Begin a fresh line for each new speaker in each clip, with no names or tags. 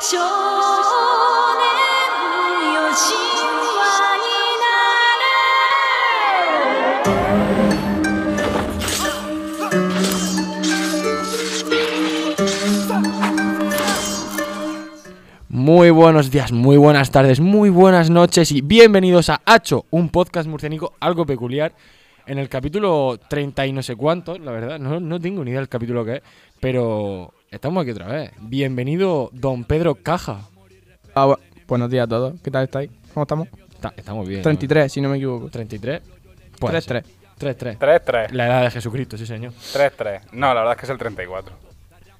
少年よ神話になれ
Muy buenos días, muy buenas tardes, muy buenas noches y bienvenidos a Hacho, un podcast murcianico algo peculiar. En el capítulo 30 y no sé cuánto, la verdad, no, no tengo ni idea del capítulo que es, pero estamos aquí otra vez. Bienvenido, don Pedro Caja.
Ah, bu- buenos días a todos. ¿Qué tal estáis? ¿Cómo estamos?
Está- estamos bien. ¿no?
33, si no me equivoco.
33. Pues
33.
33.
3-3.
La edad de Jesucristo, sí, señor.
3-3. No, la verdad es que es el 34.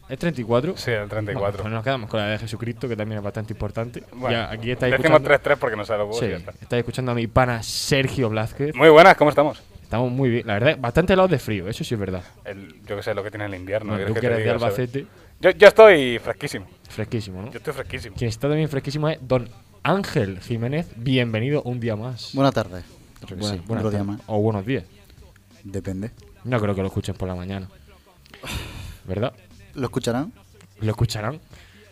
¿Es 34?
Sí, el
Bueno,
34.
pues nos quedamos con la edad de Jesucristo, que también es bastante importante.
Bueno,
ya, aquí estáis
Decimos
escuchando.
3-3 porque no se lo puedo
Sí, estáis escuchando a mi pana Sergio Blázquez.
Muy buenas, ¿cómo estamos?
Estamos muy bien. La verdad, bastante helados de frío, eso sí es verdad.
El- yo qué sé, lo que tiene el invierno.
Bueno, tú
¿quieres que
que
te
eres de
diga, sabes?
Albacete,
Yo, yo estoy fresquísimo.
fresquísimo, ¿no?
Yo estoy fresquísimo.
Quien está también fresquísimo es don Ángel Jiménez. Bienvenido un día más.
Buenas tardes. Creo que
Buenas-
sí,
buenas
otro día
tardes.
más.
O buenos días.
Depende.
No creo que lo escuchen por la mañana. ¿Verdad?
¿Lo escucharán?
¿Lo escucharán?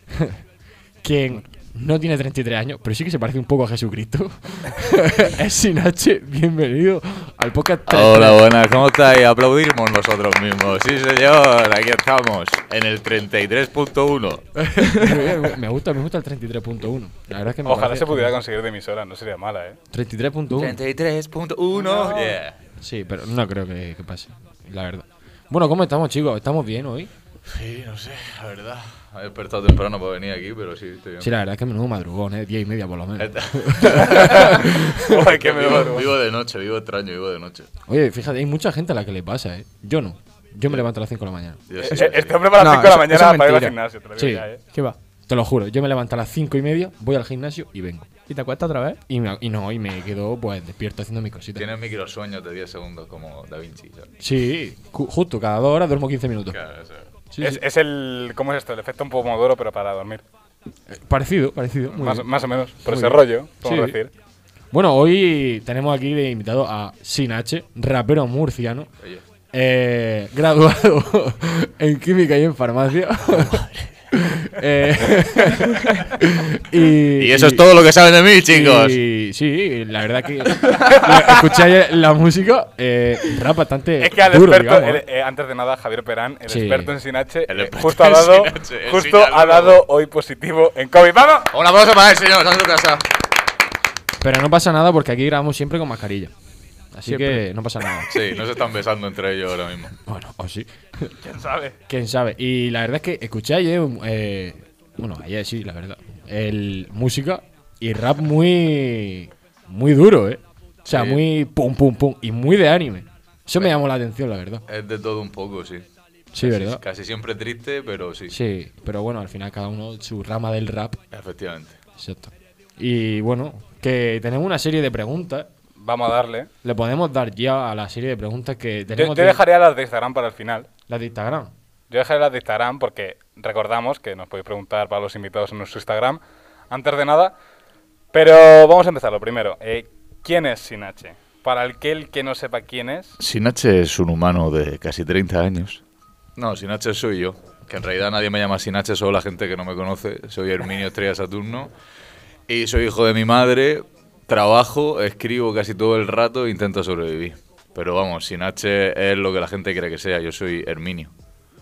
Quien no tiene 33 años, pero sí que se parece un poco a Jesucristo. es Sin H. Bienvenido al podcast 3.
Hola, buenas, ¿cómo estáis? Aplaudimos nosotros mismos. Sí, señor, aquí estamos, en el 33.1.
Muy bien, muy- me gusta, me gusta el 33.1. La verdad es que me
Ojalá
parece-
se pudiera conseguir de emisora, no sería mala, ¿eh?
33.1.
33.1, yeah.
Sí, pero no creo que, que pase, la verdad. Bueno, ¿cómo estamos, chicos? ¿Estamos bien hoy?
Sí, no sé, la verdad. He despertado temprano para venir aquí, pero sí, estoy bien.
Sí, la verdad es que menudo madrugón, ¿eh? Diez y media por lo menos.
Joder, qué me
vivo, vivo de noche, vivo extraño, vivo de noche.
Oye, fíjate, hay mucha gente a la que le pasa, ¿eh? Yo no. Yo me levanto a las 5 de la mañana.
Yo sí, sí.
Este hombre para las
No,
5
eso-
de la
eso
mañana
es
para ir al
mentira.
gimnasio, te lo digo
Sí.
ya, ¿eh?
¿Qué va?
Te lo juro, yo me levanto a las cinco y media, voy al gimnasio y vengo.
¿Y te acuestas otra vez?
Y, me- y no, y me quedo pues despierto haciendo mis cositas.
Tienes microsueños de 10 segundos como Da Vinci. ¿sabes?
Sí, ju- justo, cada dos horas duermo 15 minutos.
Claro, eso.
Sí,
es,
sí.
eh, es el. ¿Cómo es esto? El efecto un pomodoro, pero para dormir.
Parecido, parecido. muy
Más,
bien.
más o menos.
Muy
Por ese
bien.
rollo, podemos
Sí.
decir.
Bueno, hoy tenemos aquí de invitado a Sin H, rapero murciano.
Oye,
Eh, graduado en química y en farmacia. Eh, y,
Y eso es todo lo que saben de mí, chicos.
y- sí, la verdad que la- escuché ayer la música, eh, rap bastante
Es que al
duro,
experto,
digamos,
el- eh, antes de nada, Javier Perán, el
Sí.
experto en Sinache,
El
eh,
experto
justo ha
en
dado,
Sinache, el
justo
Sinache,
ha
por
dado
favor.
hoy positivo en COVID. ¡Vamos!
Un aplauso para el señor Santo Casa.
Pero no pasa nada porque aquí grabamos siempre con mascarilla. Así que
Siempre.
no pasa nada.
Sí, no se están besando entre ellos ahora mismo.
Bueno, o sí.
¿Quién sabe?
Quién sabe. Y la verdad es que escuché ayer, eh, bueno, ayer sí, la verdad, el música y rap muy, muy duro, ¿eh? O sea,
Sí.
muy pum, pum, pum. Y muy de anime. Eso me llamó la atención, la verdad.
Es de todo un poco, sí.
Sí,
Casi-
¿verdad?
Casi siempre triste, pero sí.
Sí, pero bueno, al final cada uno su rama del rap.
Efectivamente.
Exacto. Y bueno, que tenemos una serie de preguntas.
Vamos a darle.
Le podemos dar ya a la serie de preguntas que
Yo,
tenemos.
yo
de-
dejaría las de Instagram para el final.
Las de Instagram.
Yo dejaré las de Instagram porque recordamos que nos podéis preguntar para los invitados en nuestro Instagram antes de nada. Pero vamos a empezar lo primero. Eh, ¿Quién es Sinache? Para aquel que no sepa quién es,
Sinache es un humano de casi 30 años. No, Sinache soy yo. Que en realidad nadie me llama Sinache, solo la gente que no me conoce. Soy Herminio Estrella Saturno. Y soy hijo de mi madre. Trabajo, escribo casi todo el rato e intento sobrevivir. Pero vamos, Sinache es lo que la gente cree que sea. Yo soy Herminio.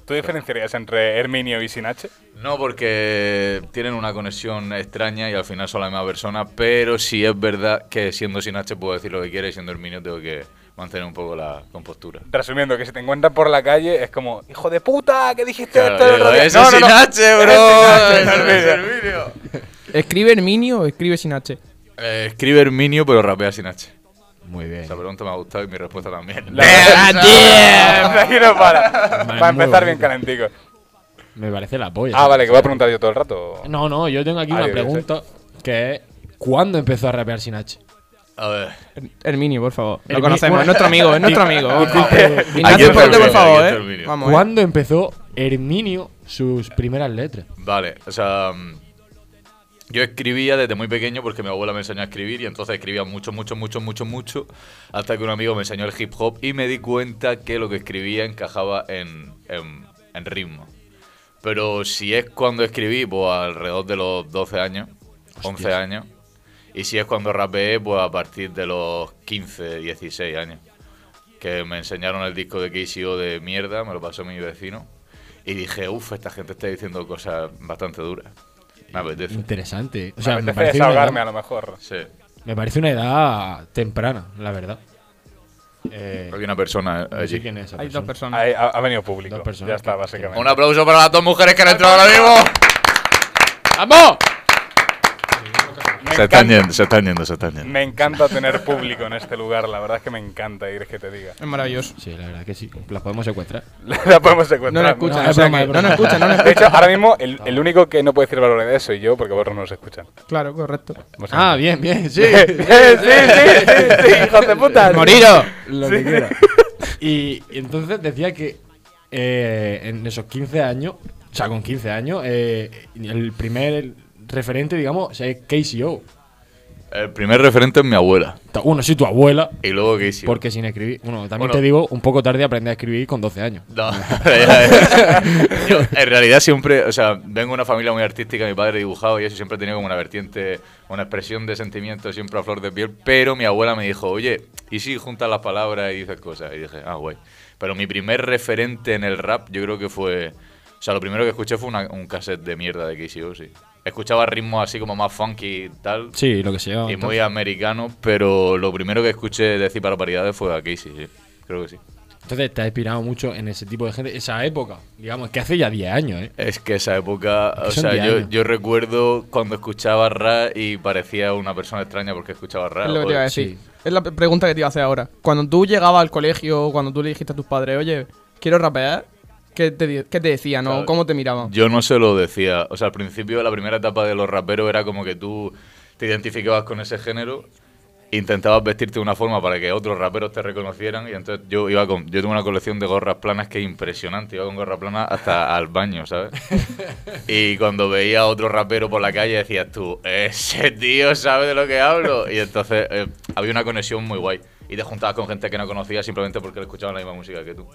¿tú diferenciarías entre Herminio y Sinache?
No, porque tienen una conexión extraña y al final son la misma persona, pero sí es verdad que siendo Sinache puedo decir lo que quiera y siendo Herminio tengo que mantener un poco la compostura.
Resumiendo, que si te encuentras por la calle es como, hijo de puta, ¿qué dijiste
Claro,
todo el
yo digo,
rato?".
"Ese
No,
es
no, no.
Sinache, bro.
Ese es
ese
Herminio.
es Herminio".
¿Escribe Herminio o escribe sin H?
Eh, escribe Herminio, pero rapea Sinache.
Muy bien.
Esa pregunta me ha gustado y mi respuesta también.
La- De aquí no Em, para. Va a
muy
empezar bien
bonito.
calentico.
Me parece la polla.
Ah, vale, que voy a preguntar yo todo el rato.
No, no, yo tengo aquí
Ah,
una
yo qué sé.
pregunta que es ¿Cuándo empezó a rapear sin H?
A ver.
Her- Herminio, por favor. Lo
Hermi-
conocemos, es nuestro amigo, es nuestro amigo.
Ah,
Y no
Aquí
hace parte,
está
por
Herminio,
favor,
aquí está
eh.
Herminio.
Vamos, eh.
¿Cuándo empezó Herminio sus primeras letras?
Vale, o sea, mm, yo escribía desde muy pequeño porque mi abuela me enseñó a escribir y entonces escribía mucho, mucho, mucho, mucho, mucho, hasta que un amigo me enseñó el hip hop y me di cuenta que lo que escribía encajaba en, en, en ritmo. Pero si es cuando escribí, pues alrededor de los 12 años, 11 años. Y si es cuando rapeé, pues a partir de los 15, 16 años. Que me enseñaron el disco de KCO de mierda, me lo pasó mi vecino. Y dije, uff, esta gente está diciendo cosas bastante duras. Me apetece.
Interesante. O
O
sea,
sea,
me
apetece
parece, una
desahogarme a
edad,
lo mejor.
Sí.
me parece una edad temprana, la verdad. Eh,
Hay una persona
no sé
allí.
quién es esa
Hay dos
persona.
personas.
Ahí Ha, ha venido público.
Dos personas
Ya está,
que-
básicamente.
Un aplauso para las dos mujeres que han entrado ahora mismo.
¡Vamos!
Me
Se están
encanta-
yendo, se están yendo, se están yendo.
Me encanta tener público en este lugar, la verdad es que me encanta, ir que te diga.
Es maravilloso.
Sí, la verdad que sí. Las podemos secuestrar.
La podemos
No
encontrar.
nos
No,
escuchan.
es
o sea
broma,
que-
es
no nos
broma.
escuchan, no nos
De hecho,
escuchan.
ahora mismo el, el único que no puede decir barbaridades soy yo, porque vosotros no nos escuchan.
Claro, correcto.
Lo siento.
Ah, bien, bien, sí.
sí, sí, sí, sí, hijos de puta.
¡Moriros!
Lo que quiera. Y, y entonces decía que eh, en esos 15 años, o sea, con 15 años, eh, el primer referente, digamos, o sea, es KCO.
El primer referente es mi abuela.
Uno, sí, tu abuela,
Y luego qué hicimos.
porque sin escribir. Bueno, también
Bueno.
te digo, un poco tarde aprendí a escribir con 12 años.
No, ya es. Yo, en realidad siempre, o sea, vengo de una familia muy artística, mi padre dibujaba y eso siempre tenía como una vertiente, una expresión de sentimiento siempre a flor de piel, pero mi abuela me dijo, oye, ¿y si juntas las palabras y dices cosas? Y dije, ah, guay. Pero mi primer referente en el rap yo creo que fue, o sea, lo primero que escuché fue una- un cassette de mierda de KCO, sí. Escuchaba ritmos así como más funky y tal,
Sí, lo que se llama.
y
entonces.
muy americano, pero lo primero que escuché decir para paridades fue a Casey, sí. Creo que sí.
Entonces te has inspirado mucho en ese tipo de gente, esa época, digamos, que hace ya 10 años, ¿eh?
Es que esa época,
que
o
son
sea,
10
yo,
años.
yo recuerdo cuando escuchaba rap y parecía una persona extraña porque escuchaba rap.
Es lo que te iba a
joder.
decir. Es la pe- pregunta que te iba a hacer ahora. Cuando tú llegabas al colegio, cuando tú le dijiste a tus padres, oye, quiero rapear, ¿qué te, di- qué te decían o
Claro.
cómo te miraban?
Yo no se lo decía. O sea, al principio, la primera etapa de los raperos era como que tú te identificabas con ese género, intentabas vestirte de una forma para que otros raperos te reconocieran. Y entonces yo iba con. Yo tuve una colección de gorras planas que es impresionante. Iba con gorra plana hasta al baño, ¿sabes? Y cuando veía a otro rapero por la calle decías tú, ese tío sabe de lo que hablo. Y entonces eh, había una conexión muy guay. Y te juntabas con gente que no conocías simplemente porque escuchaban la misma música que tú.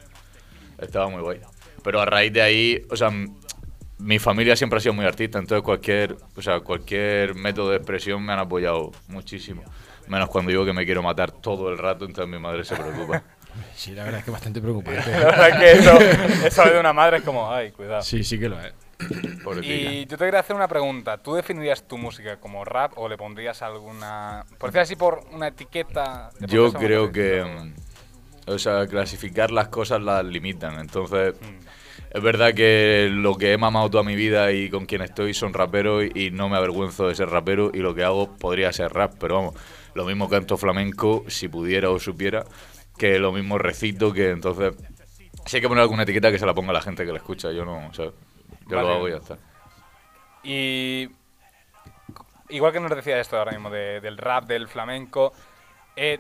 Estaba muy guay. Pero a raíz de ahí, o sea, m- mi familia siempre ha sido muy artista, entonces cualquier, o sea, cualquier método de expresión me han apoyado muchísimo. Menos cuando digo que me quiero matar todo el rato, entonces mi madre se preocupa.
Sí, la verdad es que es bastante preocupante.
La verdad es que eso, eso de una madre es como, ay, cuidado.
sí, sí que lo es.
Pobrecilla.
Y yo te quería hacer una pregunta. ¿Tú definirías tu música como rap o le pondrías alguna. por decir así, por una etiqueta? ¿Le
Yo
pondrías alguna
creo que,
etiqueta?
mm, o sea, clasificar las cosas las limitan, entonces es verdad que lo que he mamado toda mi vida y con quien estoy son raperos y no me avergüenzo de ser rapero y lo que hago podría ser rap, pero vamos, lo mismo canto flamenco, si pudiera o supiera, que lo mismo recito, que entonces... Si hay que poner alguna etiqueta que se la ponga la gente que la escucha, yo no, o sea, yo
Vale.
lo hago y ya está.
Y igual que nos decía esto ahora mismo de- del rap, del flamenco, eh,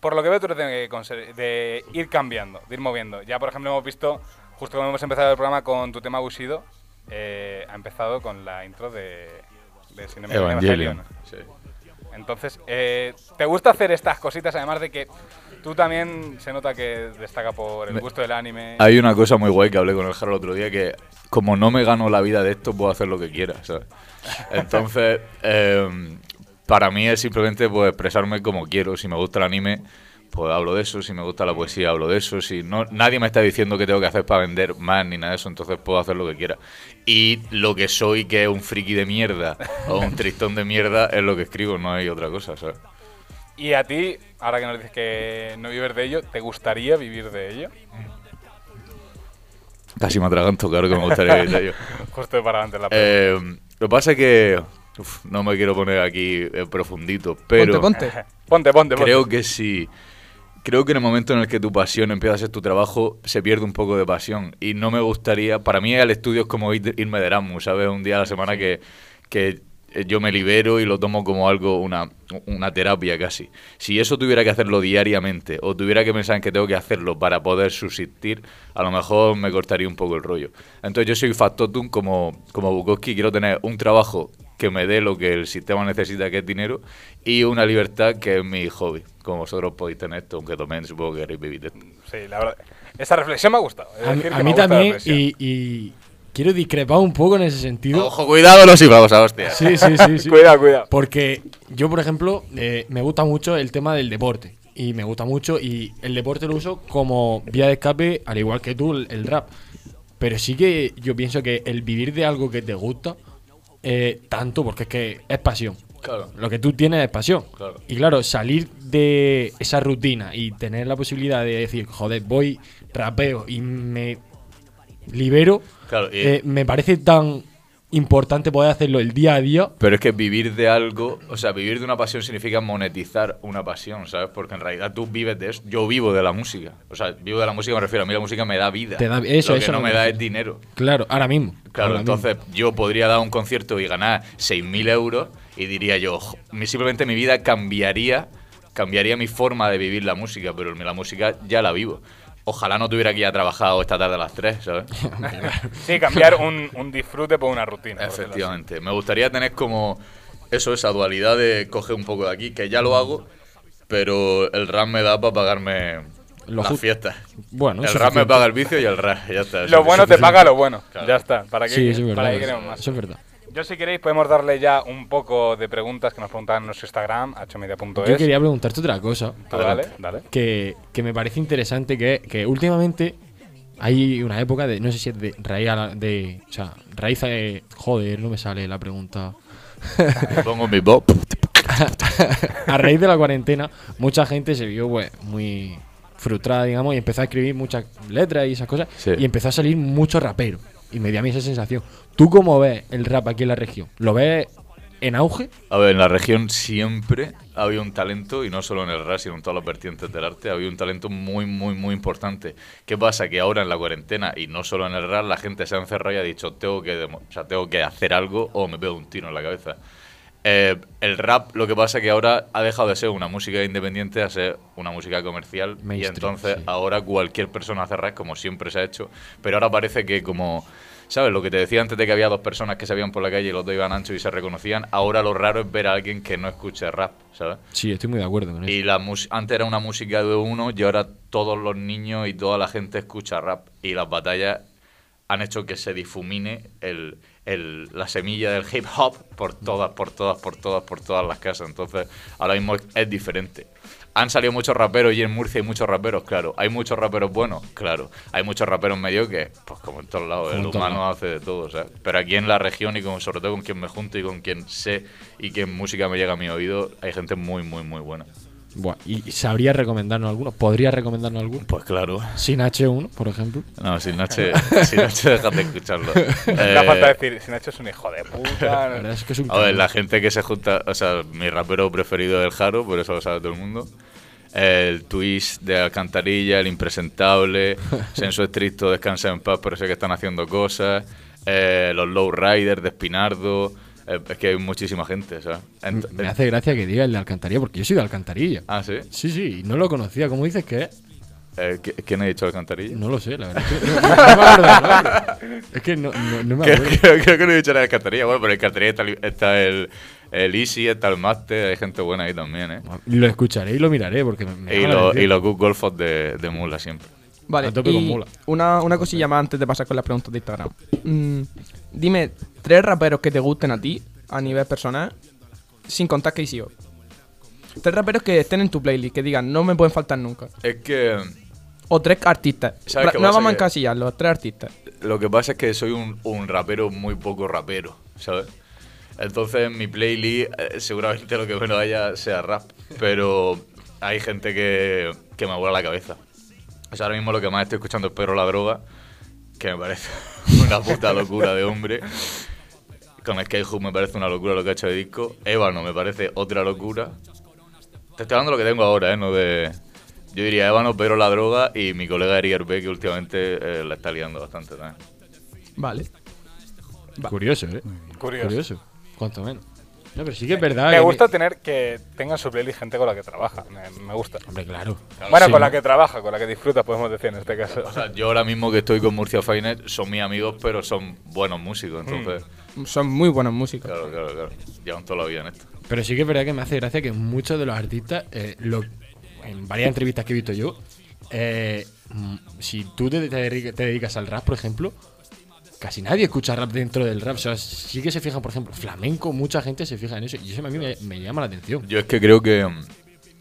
por lo que veo tú tienes que conser- de ir cambiando, de ir moviendo. Ya por ejemplo hemos visto, justo cuando hemos empezado el programa con tu tema Bushido, eh, ha empezado con la intro de, de Cinema Evangelion.
Sí.
Entonces, eh, ¿te gusta hacer estas cositas? Además de que tú también se nota que destaca por el
Me-
gusto del anime.
Hay una cosa muy guay que hablé con el Jaro el otro día que como no me gano la vida de esto, puedo hacer lo que quiera, ¿sabes? Entonces, eh, para mí es simplemente pues, expresarme como quiero. Si me gusta el anime, pues hablo de eso. Si me gusta la poesía, hablo de eso. Si no, nadie me está diciendo que tengo que hacer para vender más ni nada de eso, entonces puedo hacer lo que quiera. Y lo que soy, que es un friki de mierda o un tristón de mierda, es lo que escribo, no hay otra cosa, ¿sabes?
Y a ti, ahora que nos dices que no vives de ello, ¿te gustaría vivir de ello?
Casi me atraganto, claro que me gustaría evitar yo.
Justo para adelante la pregunta.
Eh, lo que pasa es que uf, no me quiero poner aquí eh, profundito, pero
Ponte, ponte.
ponte, ponte, ponte.
creo que sí. Creo que en el momento en el que tu pasión empieza a ser tu trabajo, se pierde un poco de pasión. Y no me gustaría. Para mí, el estudio es como ir- irme de Erasmus, ¿sabes? Un día a la semana que, que eh, yo me libero y lo tomo como algo, una, una terapia casi. Si eso tuviera que hacerlo diariamente o tuviera que pensar en que tengo que hacerlo para poder subsistir, a lo mejor me cortaría un poco el rollo. Entonces, yo soy factotum como, como Bukowski, quiero tener un trabajo que me dé lo que el sistema necesita, que es dinero, y una libertad que es mi hobby. Como vosotros podéis tener esto, aunque también supongo que queréis vivir de esto.
Sí, la verdad. Esa reflexión me ha gustado. Es
A, mí-
decir,
a
que me
mí
gusta la
también,
reflexión.
y, y quiero discrepar un poco en ese sentido.
Ojo, cuidado los íbamos a hostia.
Sí, sí, sí. sí.
Cuidado, cuidado.
Porque yo, por ejemplo, eh, me gusta mucho el tema del deporte. Y me gusta mucho. Y el deporte lo uso como vía de escape, al igual que tú, el, el rap. Pero sí que yo pienso que el vivir de algo que te gusta, eh, tanto, porque es que es pasión.
Claro.
Lo que tú tienes es pasión.
Claro.
Y claro, salir de esa rutina y tener la posibilidad de decir, joder, voy, rapeo y me libero,
Claro, y-
eh, me parece tan importante poder hacerlo el día a día.
Pero es que vivir de algo, o sea, vivir de una pasión significa monetizar una pasión, ¿sabes? Porque en realidad tú vives de eso. Yo vivo de la música. O sea, vivo de la música, me refiero. A mí la música me da vida.
Te da- eso,
Lo que
eso
no
lo
me
que
da
me
es dinero.
Claro, ahora mismo.
Claro,
ahora mismo.
entonces yo podría dar un concierto y ganar 6.000 euros y diría yo, "Jo, mi- simplemente mi vida cambiaría, cambiaría mi forma de vivir la música, pero la música ya la vivo. Ojalá no tuviera que ir a trabajar esta tarde a las 3, ¿sabes?
Sí, cambiar un, un disfrute por una rutina. por decirlo así.
Efectivamente. Me gustaría tener como eso, esa dualidad de coger un poco de aquí, que ya lo hago, pero el RAM me da para pagarme
Lo
las
ju-
fiestas.
Bueno,
el RAM
suficiente.
me paga el vicio y el RAM, ya está.
Lo bueno te
Suficiente.
paga lo bueno.
Claro.
Ya está. ¿Para qué,
Sí, eso es verdad.
para qué queremos más?
Eso es verdad.
Yo, si queréis, podemos darle ya un poco de preguntas que nos preguntaban en nuestro Instagram, hmedia.es.
Yo quería preguntarte otra cosa
Tú dale, dale.
que, que me parece interesante, que es que últimamente hay una época de, no sé si es de raíz, a la- de, o sea, raíz, eh, joder, no me sale la pregunta.
Me Pongo mi bop.
a raíz de la cuarentena, mucha gente se vio pues, muy frustrada, digamos, y empezó a escribir muchas letras y esas cosas,
Sí.
y empezó a salir mucho rapero. Y me dio a mí esa sensación. ¿Tú cómo ves el rap aquí en la región? ¿Lo ves en auge?
A ver, en la región siempre había un talento, y no solo en el rap, sino en todas las vertientes del arte, había un talento muy, muy, muy importante. ¿Qué pasa? Que ahora en la cuarentena, y no solo en el rap, la gente se ha encerrado y ha dicho, tengo que, demo- o sea, tengo que hacer algo o me pego un tiro en la cabeza. Eh, el rap, lo que pasa que ahora ha dejado de ser una música independiente a ser una música comercial, y
Mainstream,
entonces
sí.
ahora cualquier persona hace rap, como siempre se ha hecho, pero ahora parece que como... ¿Sabes? Lo que te decía antes de que había dos personas que se habían por la calle y los dos iban anchos y se reconocían. Ahora lo raro es ver a alguien que no escuche rap, ¿sabes?
Sí, estoy muy de acuerdo con eso.
Y la mus- antes era una música de uno y ahora todos los niños y toda la gente escucha rap. Y las batallas han hecho que se difumine el, el- la semilla del hip hop por todas, por todas, por todas, por todas las casas. Entonces, ahora mismo es, es diferente. Han salido muchos raperos y en Murcia hay muchos raperos, claro. Hay muchos raperos buenos, claro. Hay muchos raperos mediocres, pues como en todos lados,
Como
el
en todos
humano
lados.
hace de todo, ¿sabes? Pero aquí en la región y con, sobre todo con quien me junto y con quien sé y quien música me llega a mi oído, hay gente muy, muy, muy buena.
Buah, ¿Y sabría recomendarnos alguno? ¿Podría recomendarnos alguno?
Pues claro.
Sin H1, por ejemplo.
No, sin Nache, sin Nache dejas de escucharlo.
Me ha
Eh,
falta decir, si Nacho es un hijo de puta.
La verdad es que es un
a ver,
cabrón.
la gente que se junta, o sea, mi rapero preferido es el Jaro, por eso lo sabe todo el mundo. El Twist de Alcantarilla, El Impresentable, Senso Estricto, Descansa en Paz, pero sé que están haciendo cosas. eh, los Low Riders de Espinardo. eh, es que hay muchísima gente, ¿sabes? Ent-
Me hace gracia que diga el de Alcantarilla, porque yo soy de Alcantarilla.
Ah, sí.
Sí, sí, y no lo conocía. ¿Cómo dices que es?
Eh, ¿qui- ¿Quién ha dicho Alcantarilla?
Este,
No lo sé, la verdad. es que no- no me acuerdo, no me acuerdo. Es que no, no- no me
creo,
acuerdo.
creo- creo que no he dicho nada de Alcantarilla. Bueno, pero en Alcantarilla está, li- está el, el Easy, está el Master, hay gente buena ahí también, ¿eh?
Lo escucharé y lo miraré porque me, me
Y,
llama la
lo- y
atención.
los Good Golfos de, de Mula siempre.
Vale,
A tope
y
con mula.
Una, una cosilla más antes de pasar con las preguntas de Instagram. Mm, dime, tres raperos que te gusten a ti a nivel personal, sin contar que yo. Tres raperos que estén en tu playlist, que digan, no me pueden faltar nunca.
Es que
O tres artistas.
¿Sabes
Ra-
qué
No
pasa?
vamos a
Que-
encasillarlos, tres artistas.
lo que pasa es que soy un, un rapero muy poco rapero, ¿sabes? Entonces en mi playlist eh, seguramente lo que menos haya sea rap, pero hay gente que, que me vuela la cabeza. O sea, ahora mismo lo que más estoy escuchando es Pedro la Droga, que me parece una puta locura de hombre. Con Skyhook me parece una locura lo que ha hecho de disco. Ébano me parece otra locura. Te estoy hablando de lo que tengo ahora, ¿eh? No de... Yo diría Ébano, pero la droga y mi colega Erier B, que últimamente eh, la está liando bastante también.
Vale.
Curioso, ¿eh?
Curioso.
Curioso. Cuanto menos. No, pero sí que es verdad.
Me
que-
gusta tener que tenga en su playlist gente con la que trabaja. Me, me gusta.
Hombre, claro.
Bueno,
Sí,
con la
¿no?
que trabaja, con la que disfruta, podemos decir en este caso.
O sea, yo ahora mismo que estoy con Murcia Fainet son mis amigos, pero son buenos músicos, entonces...
Son muy buenos músicos.
Claro, claro, claro. Llevan toda la vida en esto.
Pero sí que es verdad que me hace gracia que muchos de los artistas, eh, lo- en varias entrevistas que he visto yo, eh, mm, si tú te, te dedica- te dedicas al rap, por ejemplo, Casi nadie escucha rap dentro del rap. O sea, sí que se fijan, por ejemplo, flamenco, mucha gente se fija en eso. Y eso a mí me, me llama la atención.
Yo es que creo que, mm,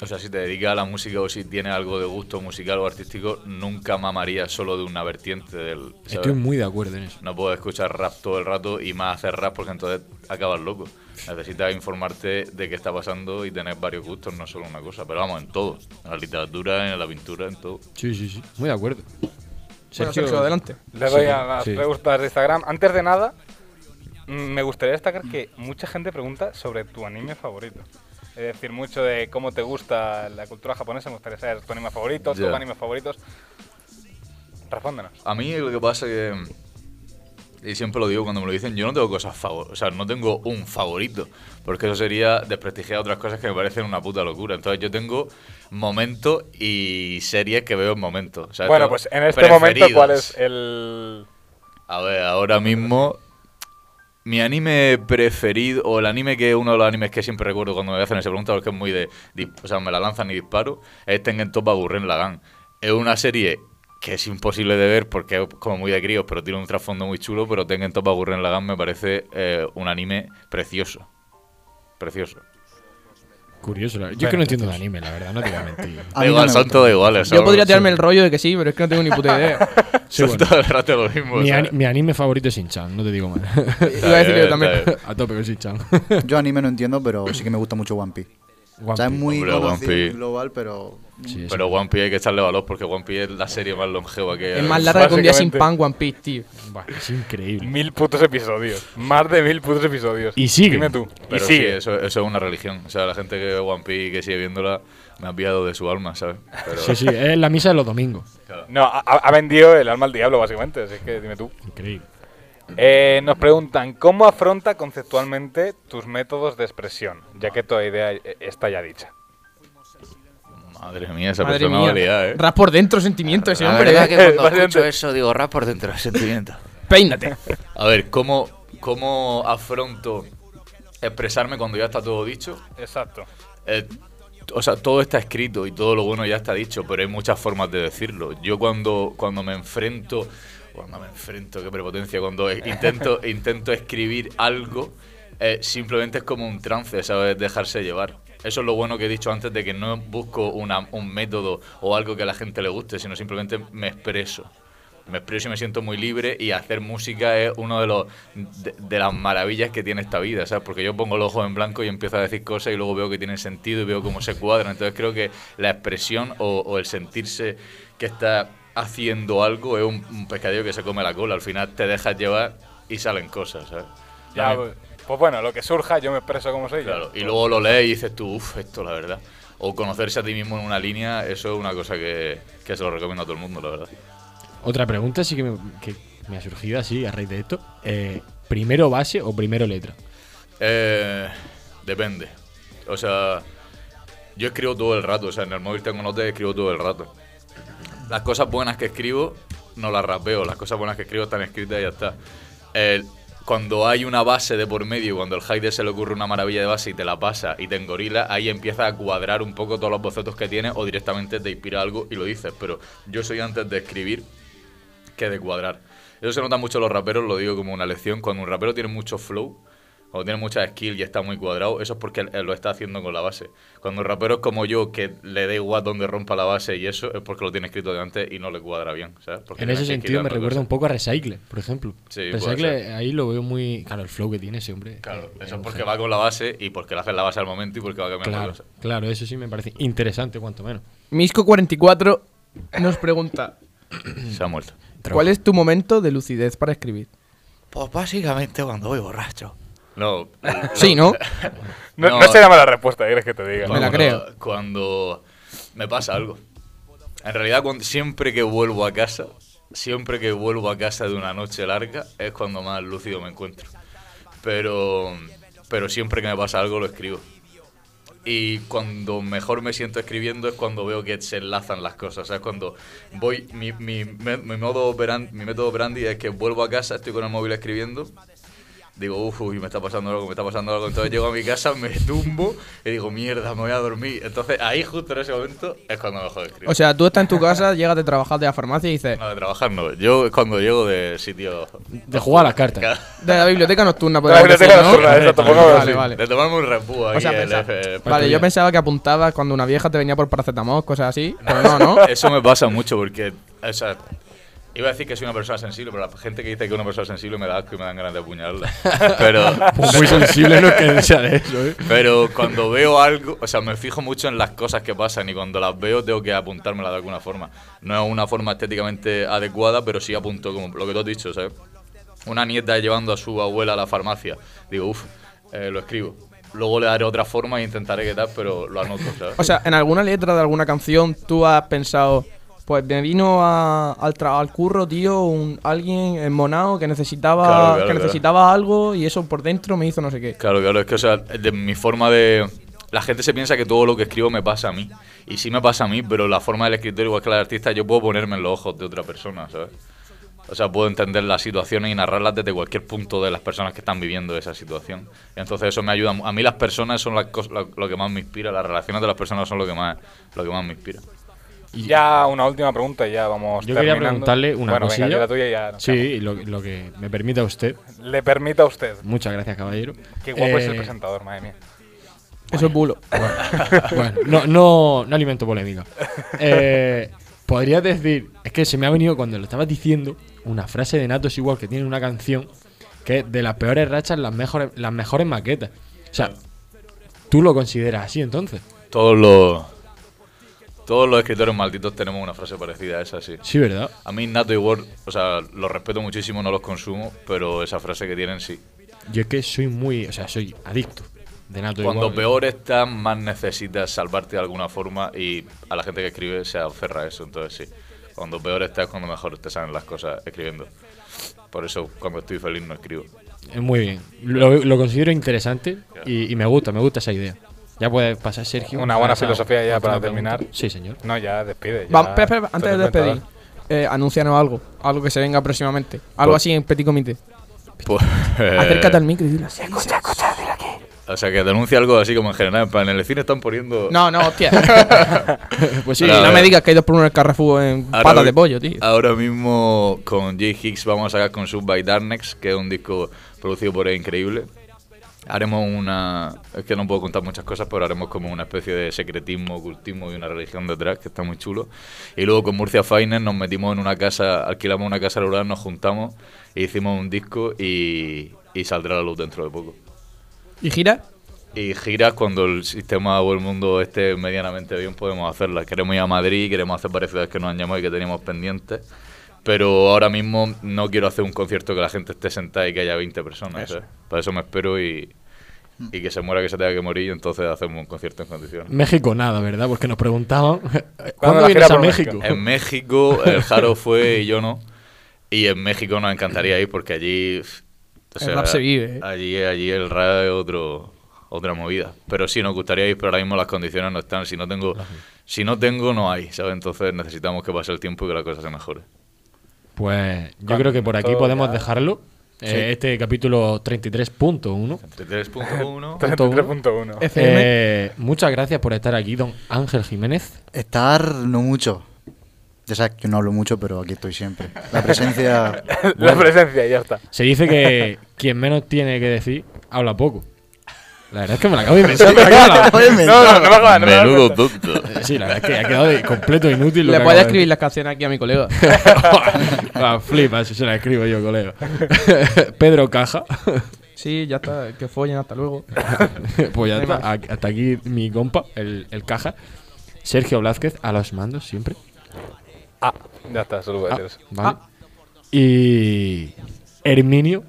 o sea, si te dedicas a la música o si tienes algo de gusto musical o artístico, nunca mamarías solo de una vertiente del. ¿sabes?
Estoy muy de acuerdo en eso.
No puedo escuchar rap todo el rato y más hacer rap porque entonces acabas loco. Necesitas informarte de qué está pasando y tener varios gustos, no solo una cosa, pero vamos, en todo. En la literatura, en la pintura, en todo.
Sí, sí, sí. Muy de acuerdo.
Bueno, Sergio, adelante.
Le doy a las
sí.
me gustas de Instagram. Antes de nada, mm, me gustaría destacar que mucha gente pregunta sobre tu anime favorito. Es decir, mucho de cómo te gusta la cultura japonesa. Me gustaría saber tu anime favorito,
Ya.
tus animes favoritos. Respóndenos.
A mí lo que pasa es que. Y siempre lo digo cuando me lo dicen, yo no tengo cosas favoritas. O sea, no tengo un favorito. Porque eso sería desprestigiar otras cosas que me parecen una puta locura. Entonces yo tengo momentos y series que veo en momentos. O sea,
Bueno,
tengo
pues en este momento, ¿cuál
preferidas.
es el...?
A ver, ahora mismo. Mi anime preferido, o el anime que es uno de los animes que siempre recuerdo cuando me hacen esa pregunta, porque es muy de. di- O sea, me la lanzan y disparo, es Tengen Toppa Gurren Lagann. Es una serie que es imposible de ver porque es como muy de críos, pero tiene un trasfondo muy chulo. Pero Tengen Toppa Gurren Lagann me parece eh, un anime precioso. Precioso.
Curioso. la- Yo es que no entiendo de anime, la verdad, no te voy a mentir.
A mí
Da
no
igual,
me
son
gusta.
todos iguales.
Yo
son-
podría tirarme
son-
el rollo de que sí, pero es que no tengo ni puta idea.
Sí,
Son
bueno.
todo el rato lo mismo.
Mi,
o sea,
ani- mi anime favorito es Shin-Chan, no te digo mal.
está
Iba a decir
bien,
yo también.
está bien.
a tope con Shin-Chan.
Yo anime no entiendo, pero sí que me gusta mucho One Piece.
One
o sea, es
Piece.
muy
Hombre, One
conocido
Piece.
global, pero.
Sí, sí.
Pero One Piece hay que echarle valor porque One Piece es la serie más longeva que hay.
Es más larga que un día sin pan,
Básicamente.
One Piece, tío.
Buah, es increíble.
Mil putos episodios. Más de mil putos episodios.
Y sigue.
Dime tú.
Pero
y
sí,
sigue.
eso, eso es una religión. O sea, la gente que ve One Piece y que sigue viéndola me ha pillado de su alma, ¿sabes? Pero
Sí, sí, es la misa de los domingos.
No, ha, ha vendido el alma al diablo, básicamente. Así que dime tú.
Increíble.
Eh, nos preguntan, ¿cómo afronta conceptualmente tus métodos de expresión? Ya que toda idea eh, está ya dicha.
madre mía, esa
Madre
persona va a
mía.
liar, ¿eh?
Ras por dentro, sentimiento ese
La
hombre.
verdad
eh.
que cuando
Bastante.
escucho eso digo rap por dentro, sentimiento.
Peínate.
A ver, ¿cómo, ¿cómo afronto expresarme cuando ya está todo dicho?
Exacto.
Eh, o sea, todo está escrito y todo lo bueno ya está dicho, pero hay muchas formas de decirlo. Yo cuando, cuando me enfrento, cuando me enfrento, qué prepotencia, cuando eh, intento, intento escribir algo, eh, simplemente es como un trance, ¿sabes? Dejarse llevar. Eso es lo bueno que he dicho antes de que no busco una- un método o algo que a la gente le guste, sino simplemente me expreso. Me expreso y me siento muy libre y hacer música es uno de los de, de las maravillas que tiene esta vida, ¿sabes? Porque yo pongo los ojos en blanco y empiezo a decir cosas y luego veo que tienen sentido y veo cómo se cuadran. Entonces creo que la expresión o, o el sentirse que estás haciendo algo es un, un pescadillo que se come la cola. Al final te dejas llevar y salen cosas, ¿sabes?
Ya,
También-
pues, pues bueno, lo que surja, yo me expreso como soy. ya.
Claro, y luego lo lees y dices tú, uff, esto la verdad. O conocerse a ti mismo en una línea, eso es una cosa que, que se lo recomiendo a todo el mundo, la verdad.
Otra pregunta sí que me, que me ha surgido así a raíz de esto. Eh, ¿Primero base o primero letra?
Eh, depende. O sea, yo escribo todo el rato. O sea, en el móvil tengo notas y escribo todo el rato. Las cosas buenas que escribo no las rapeo. Las cosas buenas que escribo están escritas y ya está. El- cuando hay una base de por medio, cuando el Haider se le ocurre una maravilla de base y te la pasa y te engorila, ahí empieza a cuadrar un poco todos los bocetos que tienes o directamente te inspira algo y lo dices. Pero yo soy antes de escribir que de cuadrar. Eso se nota mucho en los raperos, lo digo como una lección. Cuando un rapero tiene mucho flow, cuando tiene mucha skill y está muy cuadrado, eso es porque él- él lo está haciendo con la base. Cuando un rapero es como yo, que le da igual donde rompa la base y eso, es porque lo tiene escrito de antes y no le cuadra bien, ¿sabes? Porque
en
tiene
ese
que ir
sentido me
dando
recuerda
cosas.
un poco a Recycle, por ejemplo.
Sí, puede
Recycle
ser.
ahí lo veo muy... Claro, el flow que tiene ese hombre.
Claro,
Eh,
eso es
un
porque
genio.
va con la base y porque le haces la base al momento y porque va cambiando
Claro,
cosas.
claro, eso sí me parece interesante, cuanto menos.
Misco44 nos pregunta:
Se ha muerto.
¿Cuál es tu momento de lucidez para escribir?
Pues básicamente cuando voy borracho. No.
Sí, ¿no?
No,
No.
no se llama la respuesta, ¿qué ¿quieres que te diga?
Me la
Cuando-
creo.
Cuando me pasa algo. En realidad, cuando- siempre que vuelvo a casa, siempre que vuelvo a casa de una noche larga, es cuando más lúcido me encuentro. Pero, pero siempre que me pasa algo lo escribo. Y cuando mejor me siento escribiendo es cuando veo que se enlazan las cosas. O sea, es cuando voy. Mi, mi, me- mi modo operan- mi método operandi es que vuelvo a casa, estoy con el móvil escribiendo, Digo, uff, uy, me está pasando algo, me está pasando algo. Entonces llego a mi casa, me tumbo y digo, mierda, me voy a dormir. Entonces ahí, justo en ese momento, es cuando me dejo de escribir.
O sea, tú estás en tu casa, llegas de trabajar de la farmacia y dices,
no, de trabajar no. Yo es cuando llego de sitio.
De jugar a las cartas.
de la biblioteca nocturna,
La
podemos
biblioteca
decir, ¿no?
eh.
nocturna, exacto, pongamos
Vale,
así.
vale.
De tomarme un repú aquí.
O sea,
el
pensa-
F-
vale, yo pensaba que apuntabas cuando una vieja te venía por paracetamol, cosas así, pero no, ¿no?
Eso me pasa mucho porque, o sea, iba a decir que soy una persona sensible, pero la gente que dice que es una persona sensible me da asco y me dan ganas de apuñalarla. Pero,
Muy sensible no que sea de eso, ¿eh?
pero cuando veo algo, o sea, me fijo mucho en las cosas que pasan y cuando las veo tengo que apuntármelas de alguna forma. No es una forma estéticamente adecuada, pero sí apunto como lo que tú has dicho, ¿sabes? Una nieta llevando a su abuela a la farmacia. Digo, uff, lo escribo. Luego le daré otra forma e intentaré que tal, pero lo anoto, ¿sabes?
O sea, en alguna letra de alguna canción tú has pensado, pues me vino a- al, tra- al curro, tío, un, alguien en Monao que necesitaba,
Claro, claro,
que
claro.
necesitaba algo y eso por dentro me hizo no sé qué.
Claro, claro, es que, o sea, de mi forma de. La gente se piensa que todo lo que escribo me pasa a mí. Y sí me pasa a mí, pero la forma del escritor, igual que la del artista, yo puedo ponerme en los ojos de otra persona, ¿sabes? O sea, puedo entender las situaciones y narrarlas desde cualquier punto de las personas que están viviendo esa situación. Y entonces eso me ayuda. mu- A mí las personas son las cos- lo, lo que más me inspira, las relaciones de las personas son lo que más, lo que más me inspira.
Ya una última pregunta y ya vamos
Yo quería
terminando.
preguntarle una
bueno,
cosilla.
Venga, yo la tuya y ya nos vamos.
Sí, lo, lo que me permita usted.
Le permito a usted.
Muchas gracias, caballero.
Qué guapo es el
Eh,
presentador, madre mía.
Eso es bulo.
Bueno, no, no, no alimento polémica. Eh, Podrías decir, es que se me ha venido cuando lo estabas diciendo, una frase de Natos igual que tiene una canción que es de las peores rachas, las mejores, las mejores maquetas. O sea, tú lo consideras así entonces.
Todos los, todos los escritores malditos tenemos una frase parecida a esa, sí.
Sí, ¿verdad?
A mí Nato y Word, o sea, los respeto muchísimo, no los consumo, pero esa frase que tienen sí.
Yo es que soy muy, o sea, soy adicto de Nato
Cuando
igual.
peor estás, más necesitas salvarte de alguna forma y a la gente que escribe se aferra a eso, entonces sí. Cuando peor estás, cuando mejor te salen las cosas escribiendo. Por eso cuando estoy feliz no escribo.
Eh, Muy bien. Lo, lo considero interesante y, y me gusta, me gusta esa idea. Ya puedes pasar, Sergio. Ah,
Una buena
Esa
filosofía ya
última
para
pregunta.
terminar.
Sí, señor.
No, ya despide. ya.
Va, espera, espera, antes de
Entonces,
despedir,
cuéntanos.
eh, anúncianos algo, algo que se venga próximamente, algo así en petit comité.
Pues,
Acércate al micro y dilo así.
O sea, que denuncia algo así como en general. En plan, en el cine están poniendo...
No, no, hostia.
Pues sí,
Ahora-
no me digas que hay dos por uno en el Carrefour en
Ahora
patas
mi-
de pollo, tío.
Ahora mismo con Jay Hicks vamos a sacar con Sub by Darknex, que es un disco producido por él increíble. Haremos una. Es que no puedo contar muchas cosas, pero haremos como una especie de secretismo, ocultismo y una religión detrás, que está muy chulo. Y luego con Murcia Finance nos metimos en una casa, alquilamos una casa rural, nos juntamos e hicimos un disco y, y saldrá a la luz dentro de poco.
¿Y gira?
Y giras cuando el sistema o el mundo esté medianamente bien, podemos hacerlas. Queremos ir a Madrid, queremos hacer varias ciudades que nos han llamado y que teníamos pendientes. Pero ahora mismo no quiero hacer un concierto que la gente esté sentada y que haya 20 personas. ¿sabes? Para eso me espero y, y que se muera, que se tenga que morir. Y entonces hacemos un concierto en condiciones.
México nada, ¿verdad? Porque nos preguntaban ¿Cuándo,
la gira Em,
vienes a
por
México?
México?
En México, el Jaro fue y yo no. Y en México nos encantaría ir porque allí.
El rap se vive, ¿eh?
Allí, allí el rap es otro, otra movida. Pero sí, nos gustaría ir, pero ahora mismo las condiciones no están. Si no tengo, si no, tengo no hay, ¿sabes? Entonces necesitamos que pase el tiempo y que la cosa se mejore.
Pues yo
Con
creo que por aquí
todo
podemos
ya.
dejarlo. Eh, este capítulo 33.1.
3.1.
33.1.
FM.
Eh, muchas gracias por estar aquí, don Ángel Jiménez.
Estar no mucho. Ya sabes que no hablo mucho, pero aquí estoy siempre. La presencia.
La presencia, ya está.
Se dice que quien menos tiene que decir, habla poco. La verdad es que me la acabo de inventar. me la acabo de la-
Acabo de
No,
inventar.
no, no me jodas, no me
Menudo
jodas.
tonto.
Eh, Sí, la verdad es que ha quedado de completo inútil. lo
Le
que
puedes
acabo de-
escribir las canciones aquí a mi colega.
Ah, flipa, eso se la escribo yo, colega. Pedro Caja.
Sí, ya está, que follen, hasta luego.
pues ya
No hay
está,
más.
a- hasta aquí mi compa, el, el caja. Sergio Blázquez, a los mandos siempre.
Ah, ya está, solo voy a
Ah,
decir eso.
vale. Y. Herminio.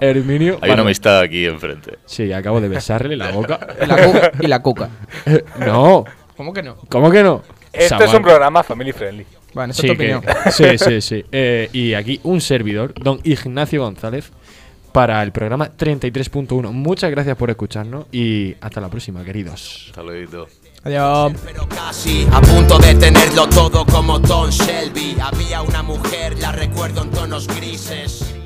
Herminio.
Hay una
Barba-
amistad aquí enfrente.
Sí, acabo de besarle la boca.
Y la cuca. Y la cuca.
no,
¿Cómo que no?
¿cómo que no?
Este es
Sabar-
un programa family friendly.
Bueno, esa
Sí,
es tu
que-
opinión.
sí, sí, sí. Eh, y aquí un servidor, don Ignacio González, para el programa 33.1. Muchas gracias por escucharnos y hasta la próxima, queridos.
Hasta luego.
Adiós.
Pero casi a punto de tenerlo todo como Don Shelby. Había una mujer, la recuerdo en tonos grises.